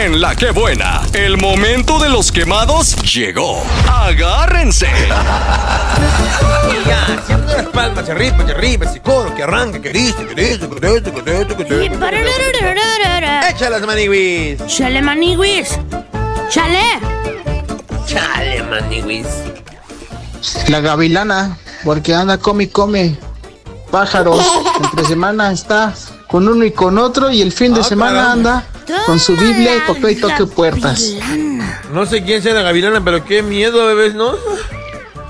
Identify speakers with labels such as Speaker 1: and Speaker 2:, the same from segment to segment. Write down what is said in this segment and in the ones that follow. Speaker 1: En la que buena, el momento de los quemados llegó. Agárrense.
Speaker 2: Y ya, siempre las palmas, se arriba, se arriba, se coro, que arranque, que dice, que dice, que dice, que dice, que dice. Échalas, maniwis.
Speaker 3: Chale, maniguis. Chale.
Speaker 2: Chale, maniwis.
Speaker 4: La gavilana, porque anda come y come pájaros. Entre semana está con uno y con otro y el fin de
Speaker 2: Ah,
Speaker 4: semana
Speaker 2: caramba.
Speaker 4: anda con su Biblia y toque y toque
Speaker 3: Tómala,
Speaker 4: puertas.
Speaker 3: gavilana.
Speaker 2: No sé quién sea la gavilana, pero qué miedo, bebés, ¿no?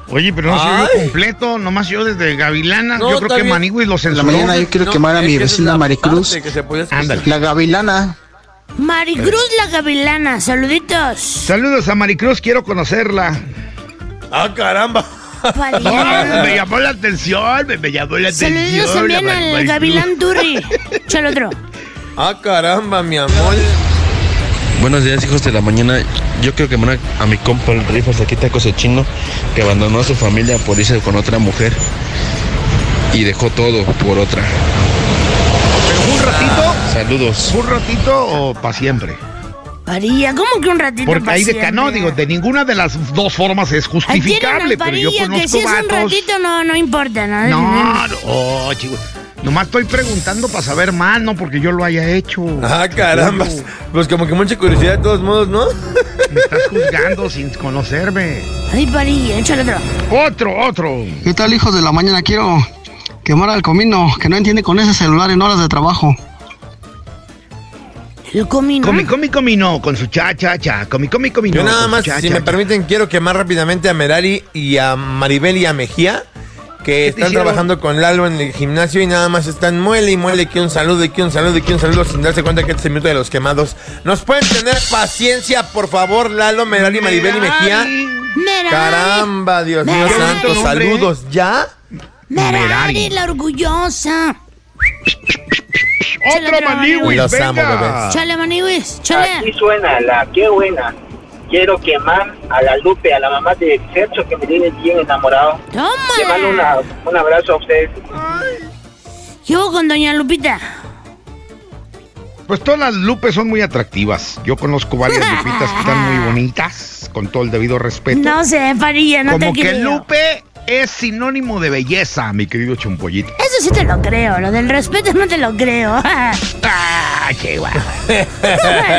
Speaker 5: Oye, pero no soy yo
Speaker 2: Ay.
Speaker 5: completo, nomás yo desde Gavilana.
Speaker 2: No,
Speaker 5: yo
Speaker 2: está
Speaker 5: creo que
Speaker 2: bien.
Speaker 5: Manigüis los
Speaker 4: la
Speaker 5: censuró.
Speaker 4: mañana yo quiero
Speaker 2: No,
Speaker 4: quemar a
Speaker 2: es
Speaker 4: mi
Speaker 2: que esa es
Speaker 4: vecina
Speaker 2: la
Speaker 4: Maricruz.
Speaker 2: parte que se podía escuchar.
Speaker 5: Ándale.
Speaker 4: La gavilana,
Speaker 3: Maricruz la gavilana, saluditos.
Speaker 5: Saludos a Maricruz, quiero conocerla.
Speaker 2: Ah, caramba.
Speaker 3: Paliana.
Speaker 5: me llamó la atención, me, me llamó la atención.
Speaker 3: Saludos también
Speaker 5: la
Speaker 3: al
Speaker 5: Maricruz.
Speaker 3: gavilán Turri. Chale otro.
Speaker 2: Ah, caramba, mi amor.
Speaker 6: Buenos días, hijos de la mañana. Yo quiero que quemar a mi compa el Rifas aquí tacoso chino que abandonó a su familia por irse con otra mujer y dejó todo por otra.
Speaker 5: ¿Pero fue un ratito?
Speaker 6: Saludos.
Speaker 5: ¿Fue un ratito o para siempre?
Speaker 3: Parilla, ¿cómo que un ratito?
Speaker 5: Porque
Speaker 3: pa'
Speaker 5: ahí de
Speaker 3: siempre?
Speaker 5: no, digo, de ninguna de las dos formas es
Speaker 3: Ahí tienen
Speaker 5: justificable,
Speaker 3: al
Speaker 5: pero yo
Speaker 3: parilla
Speaker 5: conozco
Speaker 3: que si es un
Speaker 5: vatos.
Speaker 3: ratito no, no importa nada.
Speaker 5: No, no, oh, chico. Nomás estoy preguntando para saber más, no porque yo lo haya hecho.
Speaker 2: Ah, caramba. Pues como que mucha curiosidad de todos modos, ¿no?
Speaker 5: Me estás juzgando sin conocerme.
Speaker 3: Ay, parilla, échale otro.
Speaker 5: Otro, otro.
Speaker 7: ¿Qué tal, hijos de la mañana? Quiero quemar al comino, que no entiende con ese celular en horas de trabajo.
Speaker 3: El comino.
Speaker 5: Comi, comi, comi, no, con su cha, cha, cha. Comi, comi, comi, no.
Speaker 2: Yo
Speaker 5: pues,
Speaker 2: nada
Speaker 5: con su
Speaker 2: más,
Speaker 5: cha,
Speaker 2: si
Speaker 5: cha,
Speaker 2: me
Speaker 5: cha.
Speaker 2: permiten, quiero quemar rápidamente a Merari y a Maribel y a Mejía, que
Speaker 5: te
Speaker 2: están
Speaker 5: hicieron?
Speaker 2: trabajando con Lalo en el gimnasio y nada más están muele y muele que un saludo y que un saludo y que un saludo sin darse cuenta que este es el minuto de los quemados. ¿Nos pueden tener paciencia, por favor, Lalo, Merari, Maribel y Mejía?
Speaker 3: Merari.
Speaker 2: Caramba, Dios mío
Speaker 3: Merari.
Speaker 2: santo,
Speaker 5: Hombre.
Speaker 2: saludos, ¿ya?
Speaker 3: Merari,
Speaker 5: Merari.
Speaker 3: la orgullosa.
Speaker 5: Otro
Speaker 3: Chale,
Speaker 5: manigüis,
Speaker 2: Los
Speaker 5: venga.
Speaker 2: amo,
Speaker 5: Ah.
Speaker 2: bebés.
Speaker 3: Chale, manigüis,
Speaker 8: Aquí
Speaker 3: chale.
Speaker 8: suena la qué buena. Quiero quemar a la Lupe, a la mamá de Sergio que me tiene bien enamorado. Llevarle
Speaker 3: Tómala.
Speaker 8: una, un abrazo a ustedes.
Speaker 3: ¿Qué hubo con doña Lupita?
Speaker 5: Pues todas las lupes son muy atractivas. Yo conozco varias lupitas que están muy bonitas, con todo el debido respeto.
Speaker 3: No sé, parilla, no
Speaker 5: Pues Como
Speaker 3: te
Speaker 5: que
Speaker 3: creo.
Speaker 5: Lupe es sinónimo de belleza, mi querido chumpollito.
Speaker 3: Eso sí te lo creo, lo del respeto no te lo creo.
Speaker 5: Ah, qué guay.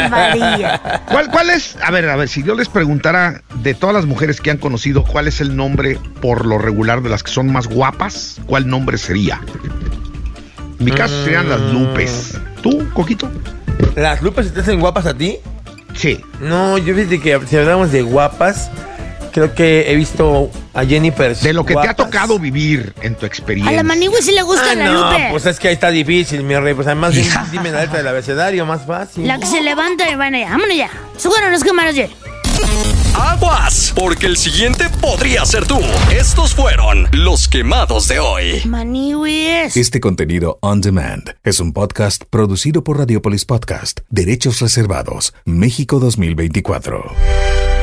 Speaker 3: Parilla.
Speaker 5: ¿Cuál, ¿Cuál es? A ver, a ver, si yo les preguntara de todas las mujeres que han conocido, ¿cuál es el nombre por lo regular de las que son más guapas? ¿Cuál nombre sería? En mi caso serían las Lupes. ¿Tú, Coquito?
Speaker 2: ¿Las lupas te hacen guapas a ti?
Speaker 5: Sí.
Speaker 2: No, yo desde que si hablamos de guapas, creo que he visto a Jennifer.
Speaker 5: De lo que te ha
Speaker 2: guapas.
Speaker 5: tocado vivir en tu experiencia.
Speaker 3: A la manigüis sí le gusta
Speaker 2: Ah,
Speaker 3: la
Speaker 2: no,
Speaker 3: Lupe.
Speaker 2: pues es que ahí está difícil, mi rey. Pues además, dime, dime la letra del abecedario, más fácil.
Speaker 3: La que se levanta y van allá. Vámonos ya. Súbanos los cámaras, ya.
Speaker 1: Aguas, porque el siguiente podría ser tú. Estos fueron los quemados de hoy.
Speaker 3: Manigüis.
Speaker 9: Este contenido on demand es un podcast producido por Radiopolis Podcast, Derechos Reservados, México 2024.